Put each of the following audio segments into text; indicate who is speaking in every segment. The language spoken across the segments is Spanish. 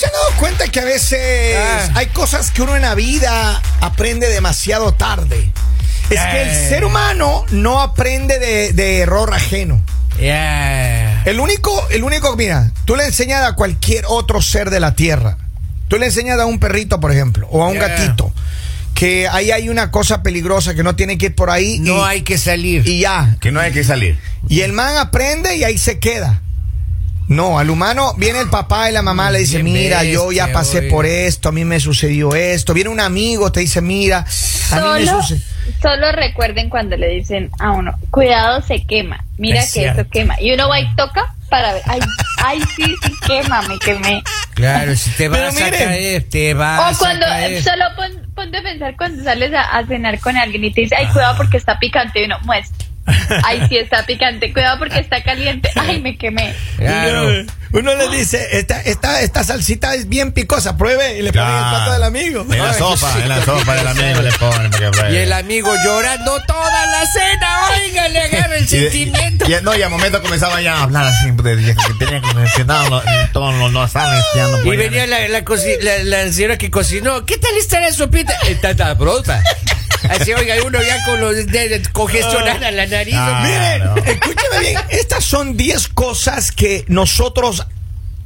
Speaker 1: Fíjate que a veces
Speaker 2: Ah.
Speaker 1: hay cosas que uno en la vida aprende demasiado tarde. Es que
Speaker 2: Eh.
Speaker 1: el ser humano no aprende de, de error ajeno.
Speaker 2: Yeah.
Speaker 1: El único, el único, mira, tú le enseñas a cualquier otro ser de la tierra. Tú le enseñas a un perrito, por ejemplo, o a un
Speaker 2: Yeah.
Speaker 1: gatito, que ahí hay una cosa peligrosa que no tiene que ir por ahí.
Speaker 2: No
Speaker 1: y,
Speaker 2: hay que salir.
Speaker 1: y ya.
Speaker 3: Que no hay que salir.
Speaker 1: Y el man aprende y ahí se queda. No, al humano viene el papá y la mamá le dice,
Speaker 2: Bien
Speaker 1: mira, yo ya
Speaker 2: bestia,
Speaker 1: pasé
Speaker 2: oye.
Speaker 1: por esto, a mí me sucedió esto. Viene un amigo, te dice, mira, a mí me
Speaker 4: Solo,
Speaker 1: sucedió.
Speaker 4: solo recuerden cuando le dicen a uno, cuidado se quema, mira
Speaker 2: Es
Speaker 4: que
Speaker 2: cierto.
Speaker 4: eso quema. Y uno va y toca para ver, ay, ay sí, sí quema, me quemé.
Speaker 2: Claro, si te
Speaker 1: Pero
Speaker 2: vas
Speaker 1: miren.
Speaker 2: a caer, te
Speaker 1: Ah,
Speaker 2: vas
Speaker 4: O cuando,
Speaker 2: a caer.
Speaker 4: solo pon, ponte a pensar cuando sales a, a cenar con alguien y te dice, ay, cuidado porque está picante, y uno muestra. Ay, sí está picante, cuidado porque está caliente, ay, me quemé.
Speaker 2: Claro.
Speaker 1: Uno le dice, esta, esta, esta salsita es bien picosa, pruebe y le ponen el
Speaker 3: Claro.
Speaker 1: plato del amigo.
Speaker 3: En la sopa, en la sopa del amigo le ponen. para que
Speaker 2: Y
Speaker 3: vaya.
Speaker 2: el amigo llorando toda la cena, oiga, le agarra el
Speaker 3: Y de-
Speaker 2: sentimiento.
Speaker 3: y- no, y al momento comenzaba ya a hablar así, de, de, que tenía que mencionar los, todos los, los sales, ya no
Speaker 2: Y
Speaker 3: podía.
Speaker 2: venía la, la,
Speaker 3: eh.
Speaker 2: cosi- la- la señora que cocinó. ¿Qué tal está la sopita? Eh, Está sabrosa. Así, oiga, uno ya con los de- de- congestionada la nariz.
Speaker 3: Ah,
Speaker 1: Miren,
Speaker 3: no.
Speaker 1: escúcheme Eh, bien, estas son 10 cosas que nosotros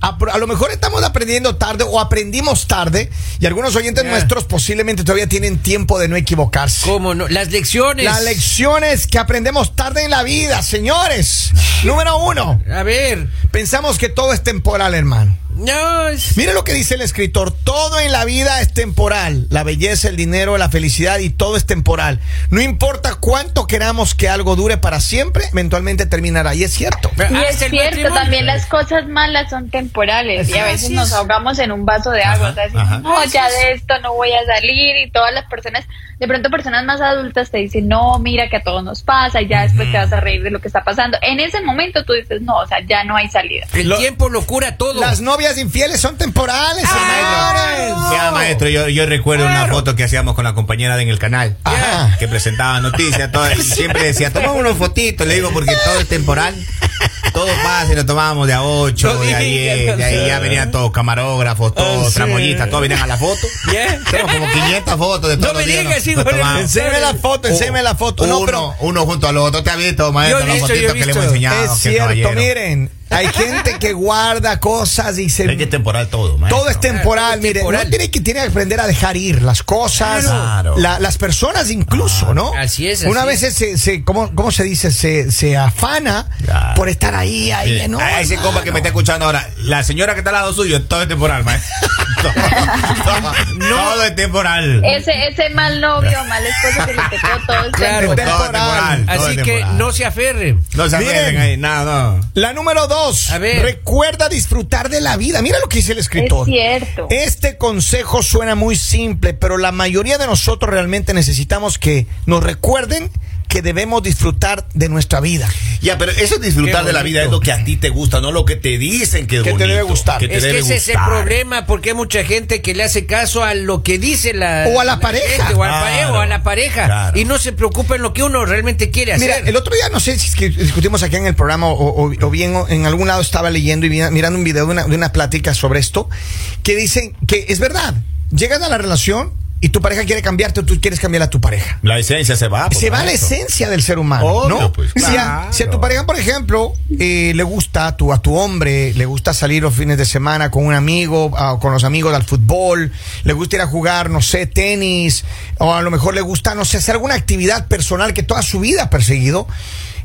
Speaker 1: a, a lo mejor estamos aprendiendo tarde o aprendimos tarde y algunos
Speaker 3: Eh.
Speaker 1: oyentes
Speaker 2: Ya.
Speaker 1: nuestros posiblemente todavía tienen tiempo de no equivocarse.
Speaker 2: ¿Cómo no? Las lecciones.
Speaker 1: Las lecciones que aprendemos tarde en la vida, señores. Número uno,
Speaker 2: A ver.
Speaker 1: pensamos que todo es temporal, hermano.
Speaker 2: No. es-
Speaker 1: Mire lo que dice el escritor, todo en la vida es temporal, la belleza, el dinero, la felicidad y todo es temporal. No importa cuánto queramos que algo dure para siempre, eventualmente terminará. Y es cierto.
Speaker 4: Y
Speaker 2: Ah,
Speaker 4: es
Speaker 2: el
Speaker 4: cierto,
Speaker 2: matrimonio.
Speaker 4: también las cosas malas son temporales y a
Speaker 2: Así
Speaker 4: veces
Speaker 2: es.
Speaker 4: nos ahogamos en un vaso de agua.
Speaker 3: Ajá,
Speaker 4: o sea, decimos,
Speaker 3: ajá.
Speaker 4: no, ya de esto no voy a salir y todas las personas, de pronto personas más adultas te dicen, no, mira que a todos nos pasa y ya después te vas a reír de lo que está pasando. En ese momento tú dices, no, o sea, ya no hay salida.
Speaker 2: El tiempo lo cura todo.
Speaker 1: Las novias infieles son temporales, señores.
Speaker 3: Ah, Ya, maestro, yo, yo recuerdo una foto que hacíamos con la compañera de en el canal.
Speaker 2: Ah.
Speaker 1: Ajá.
Speaker 3: Que presentaba noticias, todo, y siempre decía, tomamos unos fotitos, le digo, porque todo es temporal. Todo pasa y lo tomábamos de a 8,
Speaker 2: No
Speaker 3: de a
Speaker 2: digas,
Speaker 3: 10, de ahí ya venían todos camarógrafos, todos
Speaker 2: Ah, sí.
Speaker 3: tramoyistas, todos venían a la foto.
Speaker 2: Bien.
Speaker 3: Tenemos como 500 fotos de
Speaker 2: No
Speaker 3: todos
Speaker 2: me
Speaker 3: los días.
Speaker 2: digas,
Speaker 3: nos-
Speaker 2: sí,
Speaker 3: nos
Speaker 2: Jorge,
Speaker 3: tomábamos.
Speaker 1: Enséñame la foto, enséñame la foto.
Speaker 3: Uno,
Speaker 1: No, pero
Speaker 3: uno junto al otro, te ha visto, maestro,
Speaker 2: Yo he
Speaker 3: las
Speaker 2: visto, yo he
Speaker 3: fotitos que le hemos
Speaker 2: visto.
Speaker 3: enseñado.
Speaker 1: es
Speaker 3: que
Speaker 1: cierto,
Speaker 3: caballero.
Speaker 1: miren. Hay gente que guarda cosas y se...
Speaker 3: Es que es temporal todo, maestro.
Speaker 1: Todo es temporal,
Speaker 2: es
Speaker 1: mire,
Speaker 2: temporal.
Speaker 1: uno tiene que, tiene que aprender a dejar ir las cosas,
Speaker 3: Claro.
Speaker 1: la- las personas incluso, ¿no?
Speaker 2: Ah, Así es, así
Speaker 1: Una
Speaker 2: es.
Speaker 1: vez se, se ¿cómo, cómo se dice? Se, se afana
Speaker 3: Claro.
Speaker 1: por estar ahí, ahí,
Speaker 3: Sí.
Speaker 1: ¿no?
Speaker 3: a ese compa que me está escuchando ahora, la señora que está al lado suyo, todo es temporal, maestro. Todo, todo es temporal.
Speaker 4: Ese, ese mal novio, mal esposo que le tocó todo es
Speaker 2: Claro.
Speaker 4: temporal.
Speaker 3: Todo es
Speaker 1: temporal.
Speaker 3: temporal. todo
Speaker 2: Así
Speaker 3: es
Speaker 2: que
Speaker 3: temporal.
Speaker 2: no se aferren.
Speaker 3: No se
Speaker 1: Miren.
Speaker 3: acuerden ahí, nada, no.
Speaker 1: La número dos,
Speaker 2: A ver.
Speaker 1: recuerda disfrutar de la vida. Mira lo que dice el escritor.
Speaker 4: Es cierto.
Speaker 1: Este consejo suena muy simple, pero la mayoría de nosotros realmente necesitamos que nos recuerden que debemos disfrutar de nuestra vida.
Speaker 3: Ya, pero eso es disfrutar
Speaker 2: Qué
Speaker 3: de la vida, es
Speaker 2: bonito.
Speaker 3: lo que a ti te gusta, no lo que te dicen que es
Speaker 1: Que te
Speaker 3: bonito,
Speaker 1: debe gustar.
Speaker 3: Que te
Speaker 2: es que
Speaker 3: debe
Speaker 2: ese es el
Speaker 3: gustar.
Speaker 2: problema, porque hay mucha gente que le hace caso a lo que dice la.
Speaker 1: O a la pareja.
Speaker 2: gente, o, al
Speaker 3: Claro,
Speaker 2: pare- o a la pareja.
Speaker 3: claro. eh,
Speaker 2: Y no se preocupa en lo que uno realmente quiere hacer.
Speaker 1: Mira, el otro día, no sé si es que discutimos aquí en el programa o, o- o bien o- en algún lado estaba leyendo y vi- mirando un video de una, de una plática sobre esto, que dicen que es verdad, llegas a la relación y tu pareja quiere cambiarte o tú quieres cambiar a tu pareja.
Speaker 3: La esencia se va.
Speaker 1: Se
Speaker 3: por
Speaker 1: va la
Speaker 3: eso.
Speaker 1: esencia del ser humano,
Speaker 3: Obvio,
Speaker 1: ¿no?
Speaker 3: pues,
Speaker 1: Si a-
Speaker 3: claro.
Speaker 1: si, a, tu pareja, por ejemplo, eh, le gusta a tu, a tu hombre, le gusta salir los fines de semana con un amigo, ah, con los amigos al fútbol, le gusta ir a jugar, no sé, tenis, o a lo mejor le gusta, no sé, hacer alguna actividad personal que toda su vida ha perseguido,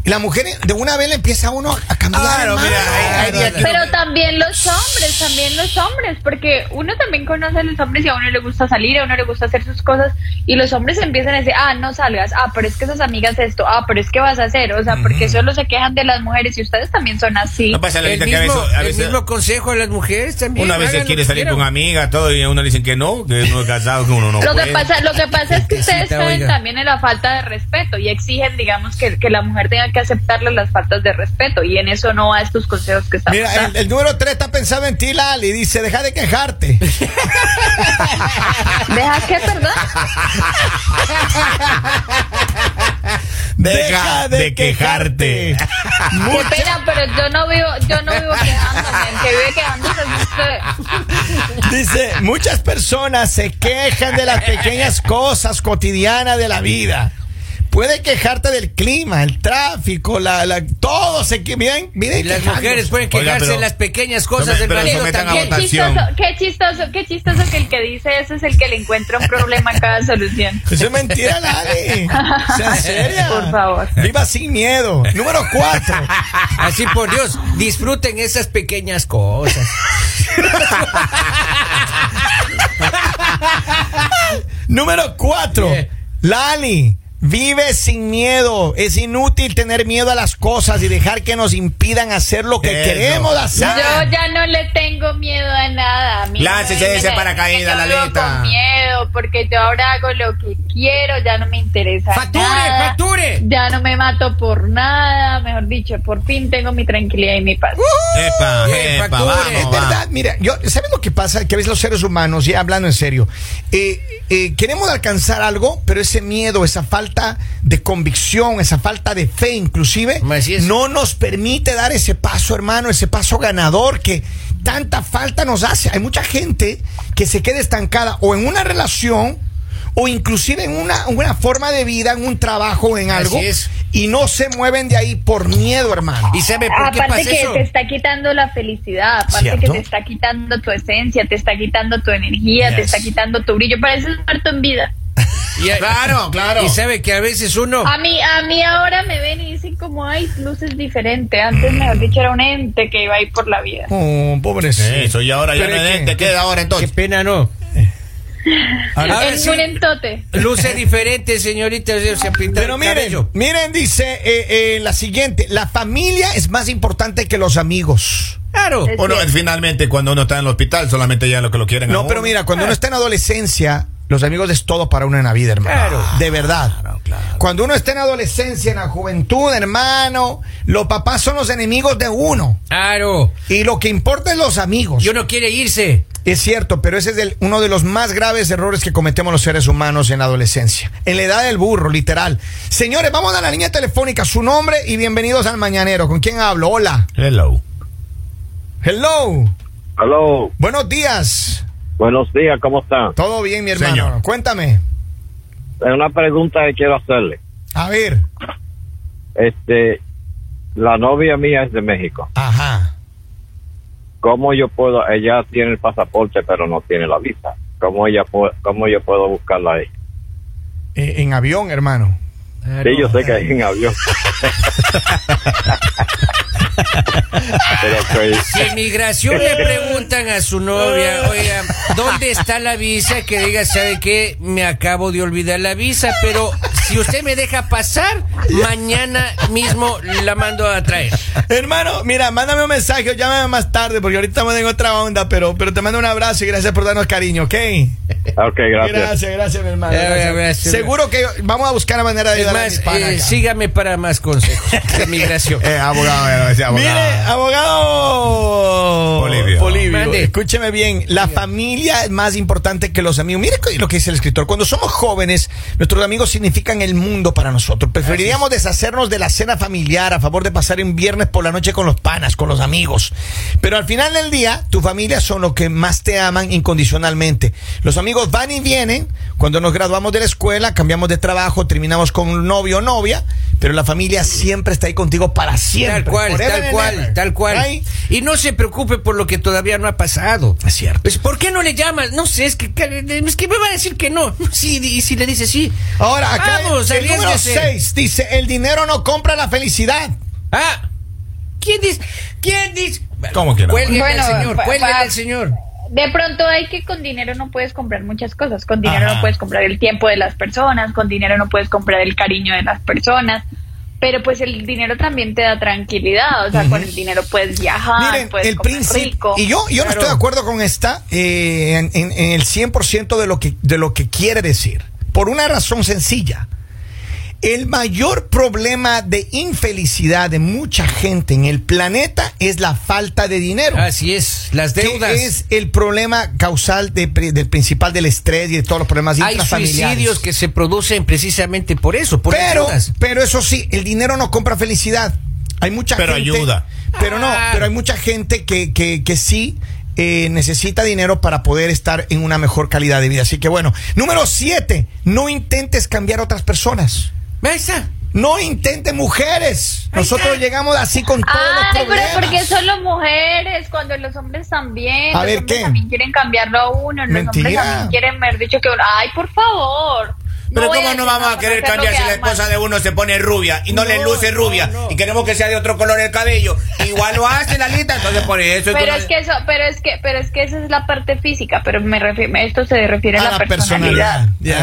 Speaker 1: y la mujer eh, de una vez le empieza a uno a cambiar.
Speaker 3: Claro,
Speaker 1: hermano.
Speaker 3: mira, hay- hay días que-
Speaker 4: Pero también los hombres, también los hombres, porque uno también conoce a los hombres y a uno le gusta salir, a uno le gusta hacer sus cosas y los hombres empiezan a decir, ah, no salgas, ah, pero es que esas amigas esto, ah, pero es que vas a hacer, o sea, porque solo se quejan de las mujeres y ustedes también son así.
Speaker 3: No pues, pasa la
Speaker 2: El
Speaker 3: vida que a
Speaker 2: mismo,
Speaker 3: veces- a
Speaker 2: el
Speaker 3: veces-
Speaker 2: mismo consejo a las mujeres también.
Speaker 3: Una vez
Speaker 2: hagan
Speaker 3: se
Speaker 2: lo
Speaker 3: quiere
Speaker 2: que
Speaker 3: salir
Speaker 2: quieran.
Speaker 3: con amigas, todo, y a una le dicen que no, que uno es casado, que uno no
Speaker 4: Lo que,
Speaker 3: puede.
Speaker 4: pasa, lo que pasa es que ustedes
Speaker 2: Gentecita,
Speaker 4: saben
Speaker 2: oiga.
Speaker 4: también en la falta de respeto y exigen, digamos, que, que la mujer tenga que aceptarle las faltas de respeto y en eso no va estos consejos que estamos
Speaker 1: Mira,
Speaker 4: dando.
Speaker 1: el, el número 3 está pensado en ti, Lali, dice, deja de quejarte.
Speaker 4: Deja que, perdón.
Speaker 3: Deja de quejarte.
Speaker 4: Qué pena, pero yo no vivo, yo no vivo quedándome. El que vive quedándose es usted.
Speaker 1: Dice, muchas personas se quejan de las pequeñas cosas cotidianas de la vida. Puede quejarte del clima, el tráfico, la, la- todo se que- miren, miren
Speaker 2: Y las
Speaker 1: quejándose.
Speaker 2: mujeres pueden
Speaker 3: Oiga,
Speaker 2: quejarse
Speaker 3: pero-
Speaker 2: en las pequeñas cosas
Speaker 3: Pero-
Speaker 2: del
Speaker 3: pero
Speaker 2: marido
Speaker 3: sometan
Speaker 2: también.
Speaker 3: a votar.
Speaker 4: Qué chistoso, qué chistoso, qué chistoso que el que dice eso es el que le encuentra un problema a cada solución.
Speaker 1: Eso es mentira, Lali. Sea seria.
Speaker 4: Por favor.
Speaker 1: Viva sin miedo. Número cuatro.
Speaker 2: Así por Dios, disfruten esas pequeñas cosas.
Speaker 1: Número cuatro.
Speaker 2: Yeah.
Speaker 1: Lali. Vive sin miedo. Es inútil tener miedo a las cosas y dejar que nos impidan hacer lo que
Speaker 3: Eso.
Speaker 1: queremos hacer.
Speaker 4: Yo ya no le tengo miedo a nada. a mí
Speaker 3: Láncese
Speaker 4: no me
Speaker 3: ese
Speaker 4: la-
Speaker 3: paracaídas,
Speaker 4: yo vivo
Speaker 3: Lalita.
Speaker 4: con miedo, porque yo ahora hago lo que quiero, ya no me interesa
Speaker 2: Facture,
Speaker 4: nada.
Speaker 2: facture.
Speaker 4: Ya no me mato por nada, mejor dicho, por fin tengo mi tranquilidad y mi paz.
Speaker 3: Epa,
Speaker 2: Eh,
Speaker 3: epa,
Speaker 2: facture.
Speaker 3: vamos,
Speaker 1: Es
Speaker 2: No,
Speaker 3: vamos.
Speaker 1: verdad, mira, yo, ¿sabes lo que pasa? Que a veces los seres humanos, ya hablando en serio, eh, eh, queremos alcanzar algo, pero ese miedo, esa falta de convicción, esa falta de fe inclusive,
Speaker 2: Así es.
Speaker 1: no nos permite dar ese paso, hermano, ese paso ganador que tanta falta nos hace. Hay mucha gente que se queda estancada o en una relación o inclusive en una, una forma de vida, en un trabajo, en
Speaker 2: Así
Speaker 1: algo,
Speaker 2: es.
Speaker 1: y no se mueven de ahí por miedo, hermano.
Speaker 2: ¿Y sabe por qué
Speaker 4: Aparte
Speaker 2: pasa
Speaker 4: que
Speaker 2: eso?
Speaker 4: te está quitando la felicidad, aparte
Speaker 1: ¿Cierto?
Speaker 4: que te está quitando tu esencia, te está quitando tu energía, te
Speaker 2: Yes.
Speaker 4: está quitando tu brillo, pareces muerto en vida.
Speaker 2: Y a-
Speaker 3: Claro, claro. Ah,
Speaker 2: Y sabe que a veces uno...
Speaker 4: A mí, a mí ahora me ven y dicen como, ay, luces diferente. Antes, mejor dicho, era un ente que iba a ir por la vida.
Speaker 1: Oh, pobrecito.
Speaker 3: Eso, y ahora ya
Speaker 2: Pero
Speaker 3: no
Speaker 2: es
Speaker 3: es
Speaker 2: que-
Speaker 3: de- te queda ahora
Speaker 2: Qué
Speaker 3: entonces.
Speaker 2: pena, ¿no? Ahora
Speaker 4: es
Speaker 2: sí,
Speaker 4: un entote.
Speaker 2: luce diferente, señorita. Se ha pintado
Speaker 1: Pero
Speaker 2: el
Speaker 1: miren,
Speaker 2: cabello.
Speaker 1: miren, dice eh, eh, la siguiente, la familia es más importante que los amigos.
Speaker 2: Claro.
Speaker 4: Es
Speaker 3: Uno,
Speaker 4: cierto.
Speaker 3: finalmente, cuando uno está en el hospital, solamente ya lo que lo quieren. a
Speaker 1: No,
Speaker 3: uno.
Speaker 1: pero mira, cuando uno está en adolescencia, los amigos es todo para uno en la vida, hermano.
Speaker 2: Claro.
Speaker 1: De verdad.
Speaker 3: Claro, claro.
Speaker 1: Cuando uno está en adolescencia, en la juventud, hermano, los papás son los enemigos de uno.
Speaker 2: Claro.
Speaker 1: Y lo que importa es los amigos.
Speaker 2: Y uno quiere irse.
Speaker 1: Es cierto, pero ese es el- uno de los más graves errores que cometemos los seres humanos en la adolescencia. En la edad del burro, literal. Señores, vamos a la línea telefónica, su nombre y bienvenidos al Mañanero. ¿Con quién hablo? Hola.
Speaker 3: Hello.
Speaker 1: Hello.
Speaker 5: Aló,
Speaker 1: Buenos días.
Speaker 5: buenos días, ¿cómo está?
Speaker 1: Todo bien, mi hermano.
Speaker 3: Señor.
Speaker 1: Cuéntame.
Speaker 5: Hay una pregunta que quiero hacerle.
Speaker 1: A ver.
Speaker 5: Este, la novia mía es de México.
Speaker 1: Ajá.
Speaker 5: ¿Cómo yo puedo? Ella tiene el pasaporte, pero no tiene la visa. ¿Cómo ella, pu- cómo yo puedo buscarla ahí?
Speaker 1: Eh, en avión, hermano.
Speaker 2: Claro.
Speaker 5: Sí, yo sé que es en avión. pero
Speaker 2: Si
Speaker 5: que-
Speaker 2: en migración le preguntan a su novia, oiga, ¿dónde está la visa? Que diga, ¿sabe qué? Me acabo de olvidar la visa, pero si usted me deja pasar, mañana mismo la mando a traer.
Speaker 1: Hermano, mira, mándame un mensaje o llámame más tarde porque ahorita estamos en otra onda, pero, pero te mando un abrazo y gracias por darnos cariño, ¿ok?
Speaker 5: ok, gracias.
Speaker 1: gracias, gracias, mi hermano.
Speaker 2: Ya, ya,
Speaker 1: gracias.
Speaker 2: Eh, gracias.
Speaker 1: Seguro que vamos a buscar la manera de
Speaker 2: Es
Speaker 1: ayudar a
Speaker 2: más,
Speaker 1: mi pana
Speaker 2: eh,
Speaker 1: acá.
Speaker 2: sígame para más consejos de migración.
Speaker 3: Eh, abogado, ya lo decía, abogado.
Speaker 1: Mire, abogado
Speaker 3: Polibio.
Speaker 2: Mande.
Speaker 1: escúcheme bien, la familia es más importante que los amigos. Mire lo que dice el escritor, cuando somos jóvenes, nuestros amigos significan el mundo para nosotros. Preferiríamos deshacernos de la cena familiar a favor de pasar un viernes por la noche con los panas, con los amigos. Pero al final del día, tu familia son los que más te aman incondicionalmente. Los amigos van y vienen, cuando nos graduamos de la escuela, cambiamos de trabajo, terminamos con un novio o novia, pero la familia siempre está ahí contigo para siempre.
Speaker 2: Tal cual,
Speaker 1: Forever
Speaker 2: tal
Speaker 1: and
Speaker 2: cual,
Speaker 1: ever.
Speaker 2: tal cual.
Speaker 1: Right?
Speaker 2: Y no se preocupe por lo que todavía no ha pasado.
Speaker 1: Es cierto.
Speaker 2: Pues, ¿por qué no le llamas? No sé, es que, es que me va a decir que no. Sí, y si le dice sí.
Speaker 1: Ahora, acá
Speaker 2: Vamos,
Speaker 1: el número
Speaker 2: arriésguese.
Speaker 1: 6 dice, el dinero no compra la felicidad.
Speaker 2: Ah, ¿quién dice? ¿Quién dice?
Speaker 3: ¿Cómo que no?
Speaker 2: Cuélguenle
Speaker 4: Bueno,
Speaker 2: al señor,
Speaker 4: pa-
Speaker 2: cuélguenle
Speaker 4: pa-
Speaker 2: al señor.
Speaker 4: De pronto hay que con dinero no puedes comprar muchas cosas. Con dinero
Speaker 3: Ajá.
Speaker 4: no puedes comprar el tiempo de las personas, con dinero no puedes comprar el cariño de las personas. Pero pues el dinero también te da tranquilidad. O sea, con el dinero puedes
Speaker 2: Ah,
Speaker 4: viajar,
Speaker 1: Miren,
Speaker 2: pues,
Speaker 4: puedes
Speaker 1: el
Speaker 4: comer
Speaker 1: príncipe...
Speaker 4: rico.
Speaker 1: Y yo, yo no
Speaker 2: Claro.
Speaker 1: estoy de acuerdo con esta eh, en, en- en el 100% de lo, que, de lo que quiere decir. Por una razón sencilla. El mayor problema de infelicidad de mucha gente en el planeta es la falta de dinero.
Speaker 2: Así es, las
Speaker 1: que
Speaker 2: deudas.
Speaker 1: es el problema causal de pri- del principal del estrés y de todos los problemas
Speaker 2: Hay
Speaker 1: intrafamiliares.
Speaker 2: suicidios que se producen precisamente por eso, por las
Speaker 1: pero,
Speaker 2: deudas.
Speaker 1: pero eso sí, el dinero no compra felicidad. Hay mucha
Speaker 6: Pero
Speaker 1: gente.
Speaker 6: ayuda.
Speaker 1: Pero no,
Speaker 2: Ah.
Speaker 1: pero hay mucha gente que, que, que sí. eh, necesita dinero para poder estar en una mejor calidad de vida. Así que bueno, número siete, no intentes cambiar a otras personas.
Speaker 2: Ahí está.
Speaker 1: No intentes mujeres. Nosotros llegamos así con todos los
Speaker 4: Ay, pero
Speaker 1: problemas.
Speaker 4: porque solo mujeres, cuando los hombres también,
Speaker 1: A
Speaker 4: los
Speaker 1: ver,
Speaker 4: hombres
Speaker 1: ¿qué?
Speaker 4: también quieren cambiarlo a uno, los
Speaker 1: Mentira.
Speaker 4: hombres también quieren haber dicho que uno, ay, por favor.
Speaker 3: Pero
Speaker 4: voy
Speaker 3: ¿cómo
Speaker 4: decir
Speaker 3: no vamos
Speaker 4: nada
Speaker 3: a
Speaker 4: para
Speaker 3: querer
Speaker 4: hacerlo
Speaker 3: cambiar si
Speaker 4: quedar
Speaker 3: la
Speaker 4: mal?
Speaker 3: esposa de uno se pone rubia y no, le luce rubia y queremos que sea de otro color el cabello? Igual lo hace la lista, entonces por eso
Speaker 4: Pero
Speaker 3: uno-
Speaker 4: es que eso, pero es que, pero es que esa es la parte física, pero me refiero, esto se refiere a,
Speaker 1: A
Speaker 4: la, personalidad.
Speaker 1: Yes.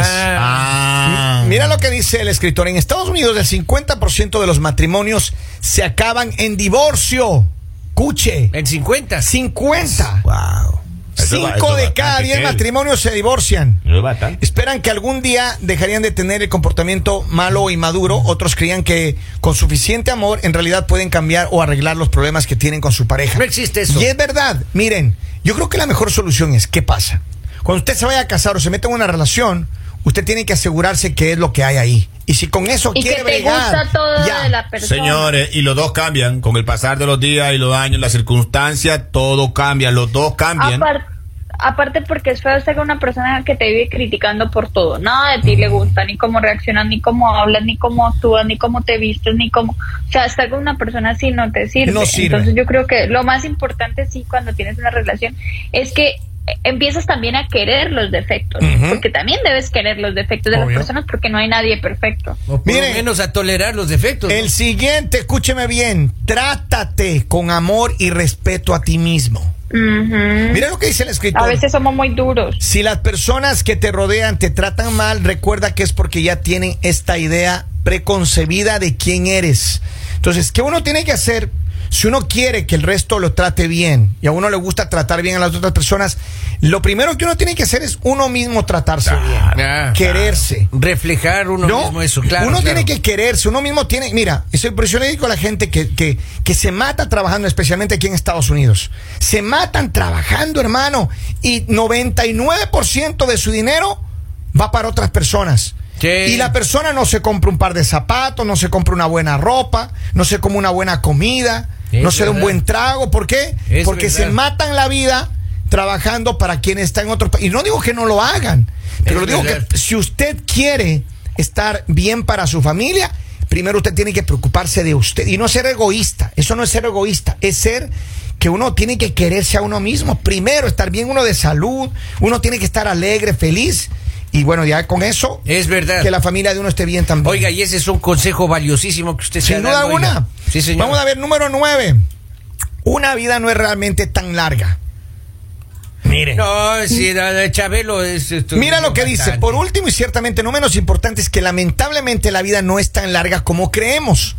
Speaker 3: Ah.
Speaker 1: Mira lo que dice el escritor. En Estados Unidos el 50% de los matrimonios se acaban en divorcio. Cuche.
Speaker 2: En 50.
Speaker 1: 50.
Speaker 6: Eso
Speaker 3: Wow.
Speaker 6: va-
Speaker 1: 5
Speaker 6: eso
Speaker 1: de
Speaker 6: bastante
Speaker 1: cada 10
Speaker 6: heavy.
Speaker 1: matrimonios se divorcian.
Speaker 6: No es bastante.
Speaker 1: Esperan que algún día dejarían de tener el comportamiento malo o inmaduro. Otros creían que con suficiente amor en realidad pueden cambiar o arreglar los problemas que tienen con su pareja.
Speaker 2: No existe eso.
Speaker 1: Y es verdad. Miren, yo creo que la mejor solución es, ¿qué pasa? Cuando usted se vaya a casar o se meta en una relación, usted tiene que asegurarse qué es lo que hay ahí. Y si con eso
Speaker 4: Y que
Speaker 1: quiere
Speaker 4: te
Speaker 1: bregar,
Speaker 4: gusta todo
Speaker 1: ya.
Speaker 4: de la persona.
Speaker 6: Señores, y los dos cambian con el pasar de los días y los años, las circunstancias, todo cambia, los dos cambian.
Speaker 4: Apar- aparte porque es feo estar con una persona que te vive criticando por todo. Nada de ti le gusta, ni cómo reaccionas, ni cómo hablas, ni cómo actúas, ni cómo te vistes, ni cómo... O sea, estar con una persona así no te sirve.
Speaker 1: No sirve.
Speaker 4: Entonces yo creo que lo más importante sí cuando tienes una relación es que eh, empiezas también a querer los defectos,
Speaker 1: Ujú.
Speaker 4: porque también debes querer los defectos de
Speaker 1: Obvio.
Speaker 4: las personas porque no hay nadie perfecto.
Speaker 2: O por
Speaker 1: Miren.
Speaker 2: lo menos a tolerar los defectos. ¿no?
Speaker 1: El siguiente, escúcheme bien, trátate con amor y respeto a ti mismo.
Speaker 4: Ujú.
Speaker 1: Mira lo que dice el escritor.
Speaker 4: A veces somos muy duros.
Speaker 1: Si las personas que te rodean te tratan mal, recuerda que es porque ya tienen esta idea preconcebida de quién eres. Entonces, ¿qué uno tiene que hacer? Si uno quiere que el resto lo trate bien y a uno le gusta tratar bien a las otras personas, lo primero que uno tiene que hacer es uno mismo tratarse bien,
Speaker 2: Ah,
Speaker 1: quererse.
Speaker 2: Reflejar uno
Speaker 1: ¿no?
Speaker 2: mismo eso, claro.
Speaker 1: uno
Speaker 2: claro.
Speaker 1: tiene que quererse, uno mismo tiene. Mira, eso por eso le digo a la gente que, que, que se mata trabajando, especialmente aquí en Estados Unidos. Se matan trabajando, hermano, y 99% de su dinero va para otras personas.
Speaker 2: Sí.
Speaker 1: Y la persona no se compra un par de zapatos, no se compra una buena ropa, no se come una buena comida,
Speaker 2: Es
Speaker 1: no se da un
Speaker 2: verdad.
Speaker 1: buen trago. ¿Por qué?
Speaker 2: Es
Speaker 1: Porque se
Speaker 2: verdad.
Speaker 1: matan la vida trabajando para quienes están en otros países. Y no digo que no lo hagan, pero
Speaker 2: Es
Speaker 1: digo
Speaker 2: verdad.
Speaker 1: que si usted quiere estar bien para su familia, primero usted tiene que preocuparse de usted y no ser egoísta. Eso no es ser egoísta, es ser que uno tiene que quererse a uno mismo. Primero, estar bien uno de salud, uno tiene que estar alegre, feliz. Y bueno, ya con eso,
Speaker 2: Es verdad.
Speaker 1: que la familia de uno esté bien también.
Speaker 2: Oiga, y ese es un consejo valiosísimo que usted se ha
Speaker 1: Sin duda
Speaker 2: dado, oiga.
Speaker 1: alguna.
Speaker 2: Sí, señor.
Speaker 1: Vamos a ver, número nueve. Una vida no es realmente tan larga. Mire.
Speaker 2: No, sí, no, no, Chabelo es... esto-
Speaker 1: Mira lo que
Speaker 2: bastante.
Speaker 1: dice. Por último y ciertamente no menos importante es que lamentablemente la vida no es tan larga como creemos.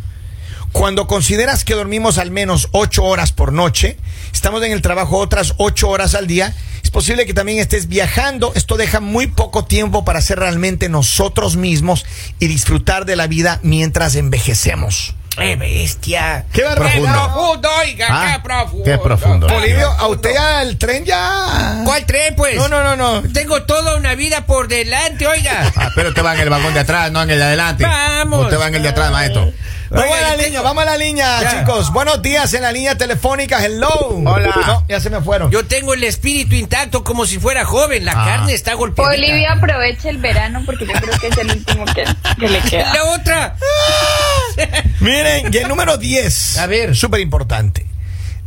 Speaker 1: Cuando consideras que dormimos al menos ocho horas por noche, estamos en el trabajo otras ocho horas al día, es posible que también estés viajando. Esto deja muy poco tiempo para ser realmente nosotros mismos y disfrutar de la vida mientras envejecemos.
Speaker 2: ¡Qué bestia!
Speaker 1: Qué barbaridad.
Speaker 2: profundo, oiga!
Speaker 3: Ah,
Speaker 2: ¡Qué profundo!
Speaker 3: qué profundo.
Speaker 1: Bolivio, a usted ya el tren ya.
Speaker 2: Ah, ¿Cuál tren, pues?
Speaker 1: No, no, no, no.
Speaker 2: Tengo toda una vida por delante, oiga.
Speaker 3: Ah, pero te va en el vagón de atrás, no en el de adelante.
Speaker 2: Vamos.
Speaker 3: Usted va en el de atrás, maestro.
Speaker 1: Vamos
Speaker 2: Oiga,
Speaker 1: a la
Speaker 2: yo
Speaker 1: línea,
Speaker 2: tengo-
Speaker 1: vamos a la línea,
Speaker 2: Ya.
Speaker 1: chicos. Buenos días en la línea telefónica. Hello.
Speaker 3: Hola.
Speaker 1: No, ya se me fueron.
Speaker 2: Yo tengo el espíritu intacto como si fuera joven. La
Speaker 3: Ah.
Speaker 2: carne está golpeada.
Speaker 4: Bolivia aproveche el verano porque yo creo que es el último que, que le queda.
Speaker 2: La otra.
Speaker 1: Miren, y el número 10.
Speaker 2: A ver.
Speaker 1: Súper importante.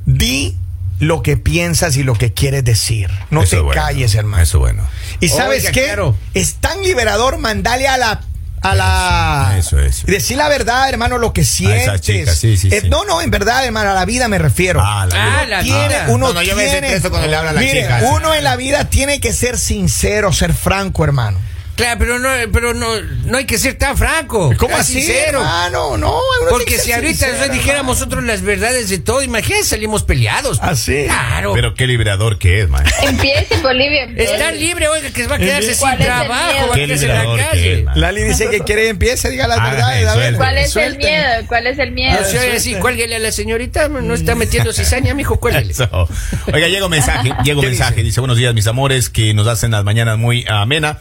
Speaker 1: Di lo que piensas y lo que quieres decir. No
Speaker 6: Eso
Speaker 1: te
Speaker 6: es bueno.
Speaker 1: calles, hermano.
Speaker 6: Eso es bueno.
Speaker 1: Y sabes
Speaker 2: Oiga,
Speaker 1: qué?
Speaker 2: claro.
Speaker 1: Es tan liberador mandarle a la a la
Speaker 6: Eso, eso, eso.
Speaker 1: decir la verdad, hermano, lo que sientes.
Speaker 6: esa chica, sí, sí,
Speaker 1: Eh,
Speaker 6: sí.
Speaker 1: No, no, en verdad, hermano, a la vida me refiero.
Speaker 6: Ah, la
Speaker 2: Ah, la
Speaker 1: Tiene-
Speaker 2: vida.
Speaker 1: uno
Speaker 3: No, no, yo me
Speaker 1: tiene-
Speaker 3: desestreso cuando le hablan a las
Speaker 1: Mire,
Speaker 3: chicas.
Speaker 1: uno en la vida tiene que ser sincero, ser franco, hermano.
Speaker 2: Claro, pero no, pero no, no hay que ser tan franco. tan Sincero.
Speaker 1: Ah, hermano? No, uno tiene
Speaker 2: Porque
Speaker 1: que
Speaker 2: si
Speaker 1: ser
Speaker 2: ahorita
Speaker 1: sincero,
Speaker 2: nosotros dijéramos
Speaker 1: hermano.
Speaker 2: nosotros las verdades de todo, imagínate, salimos peleados.
Speaker 1: Así.
Speaker 2: Claro.
Speaker 6: Ah, Pero qué liberador que es, maestro.
Speaker 4: Empiece Bolivia. empiece.
Speaker 2: Está libre, oiga, que va a quedarse
Speaker 4: ¿Cuál
Speaker 2: sin
Speaker 4: es el
Speaker 2: trabajo,
Speaker 4: miedo?
Speaker 2: va a
Speaker 6: Qué
Speaker 2: quedarse en la
Speaker 6: liberador que es,
Speaker 2: calle.
Speaker 6: man.
Speaker 1: Lali dice que quiere y empiece, diga las
Speaker 6: Hágale,
Speaker 1: verdades. a ver.
Speaker 6: suelte.
Speaker 4: ¿Cuál es el
Speaker 1: Suelten.
Speaker 4: miedo? ¿Cuál es el miedo?
Speaker 2: Ah, sí, oiga, sí, cuélguele a la señorita, no está metiendo cizaña, mijo, cuélguele.
Speaker 6: Eso. Oiga, llega un mensaje, llega un
Speaker 1: ¿Qué
Speaker 6: mensaje, dice? buenos días mis amores, que nos hacen las mañanas muy amena.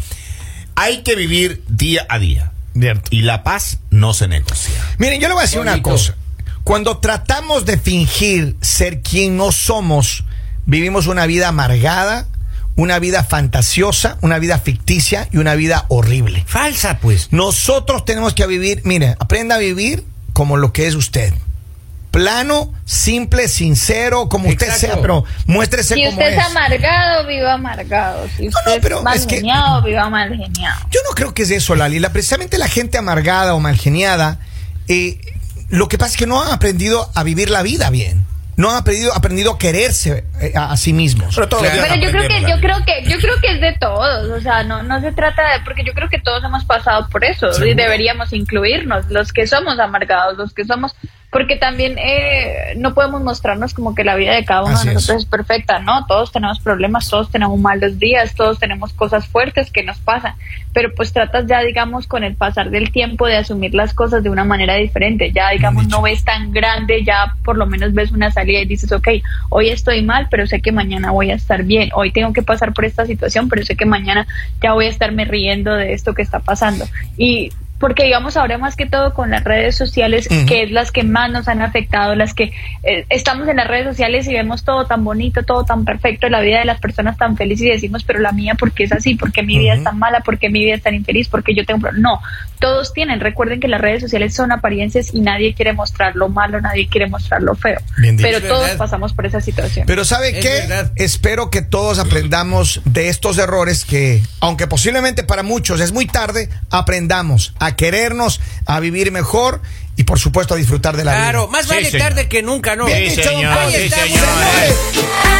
Speaker 6: Hay que vivir día a día.
Speaker 1: Cierto.
Speaker 6: Y la paz no se negocia.
Speaker 1: Miren, yo le voy a decir una
Speaker 2: Bonito.
Speaker 1: cosa. Cuando tratamos de fingir ser quien no somos, vivimos una vida amargada, una vida fantasiosa, una vida ficticia y una vida horrible.
Speaker 2: Falsa, pues.
Speaker 1: Nosotros tenemos que vivir, mire, aprenda a vivir como lo que es usted. Plano, simple, sincero, como usted
Speaker 2: Exacto.
Speaker 1: sea, pero muéstrese
Speaker 4: Si
Speaker 1: como
Speaker 4: usted es
Speaker 1: es.
Speaker 4: amargado, viva amargado. Si usted
Speaker 1: no,
Speaker 4: es
Speaker 1: pero
Speaker 4: mal
Speaker 1: es que-
Speaker 4: geniado, viva mal geniado.
Speaker 1: Yo no creo que es eso, Lali. La- precisamente la gente amargada o malgeniada, eh, lo que pasa es que no han aprendido a vivir la vida bien. No han aprendido, aprendido a quererse eh, a, a sí mismos.
Speaker 6: Pero todos los
Speaker 2: Claro.
Speaker 6: días
Speaker 4: Pero yo creo que
Speaker 6: aprendemos,
Speaker 4: yo
Speaker 6: Lali.
Speaker 4: creo que yo creo que es de todos, o sea, no no se trata de porque yo creo que todos hemos pasado por eso y deberíamos incluirnos los que somos amargados, los que somos porque también eh, no podemos mostrarnos como que la vida de cada uno
Speaker 1: Así
Speaker 4: de
Speaker 1: es.
Speaker 4: nosotros es. perfecta, no, todos tenemos problemas, todos tenemos malos días, todos tenemos cosas fuertes que nos pasan, pero pues tratas ya digamos con el pasar del tiempo de asumir las cosas de una manera diferente, ya digamos no ves tan grande, ya por lo menos ves una salida y dices, ok, hoy estoy mal, pero sé que mañana voy a estar bien, hoy tengo que pasar por esta situación, pero sé que mañana ya voy a estarme riendo de esto que está pasando. Y porque digamos ahora más que todo con las redes sociales,
Speaker 1: Ujú.
Speaker 4: que es las que más nos han afectado, las que eh, estamos en las redes sociales y vemos todo tan bonito, todo tan perfecto, la vida de las personas tan feliz y decimos, pero la mía, ¿por qué es así? ¿Por qué mi vida es tan mala? ¿Por qué mi vida es tan infeliz? ¿Por qué yo tengo... pro-?" No, todos tienen. Recuerden que las redes sociales son apariencias y nadie quiere mostrar lo malo, nadie quiere mostrar lo feo.
Speaker 1: Bien dicho.
Speaker 4: Pero
Speaker 2: Es
Speaker 4: todos
Speaker 2: verdad.
Speaker 4: pasamos por esa situación.
Speaker 1: Pero ¿sabe
Speaker 2: Es
Speaker 1: qué?
Speaker 2: verdad.
Speaker 1: Espero que todos aprendamos de estos errores que, aunque posiblemente para muchos es muy tarde, aprendamos a querernos, a vivir mejor y por supuesto a disfrutar de la vida.
Speaker 2: Claro, más
Speaker 6: Sí,
Speaker 2: vale
Speaker 6: señor.
Speaker 2: tarde que nunca, ¿no?
Speaker 1: Bien
Speaker 6: Sí,
Speaker 1: dicho, don
Speaker 6: señor,
Speaker 1: Pablo.
Speaker 2: Ahí
Speaker 6: sí,
Speaker 2: estamos,
Speaker 6: señor.
Speaker 2: señores.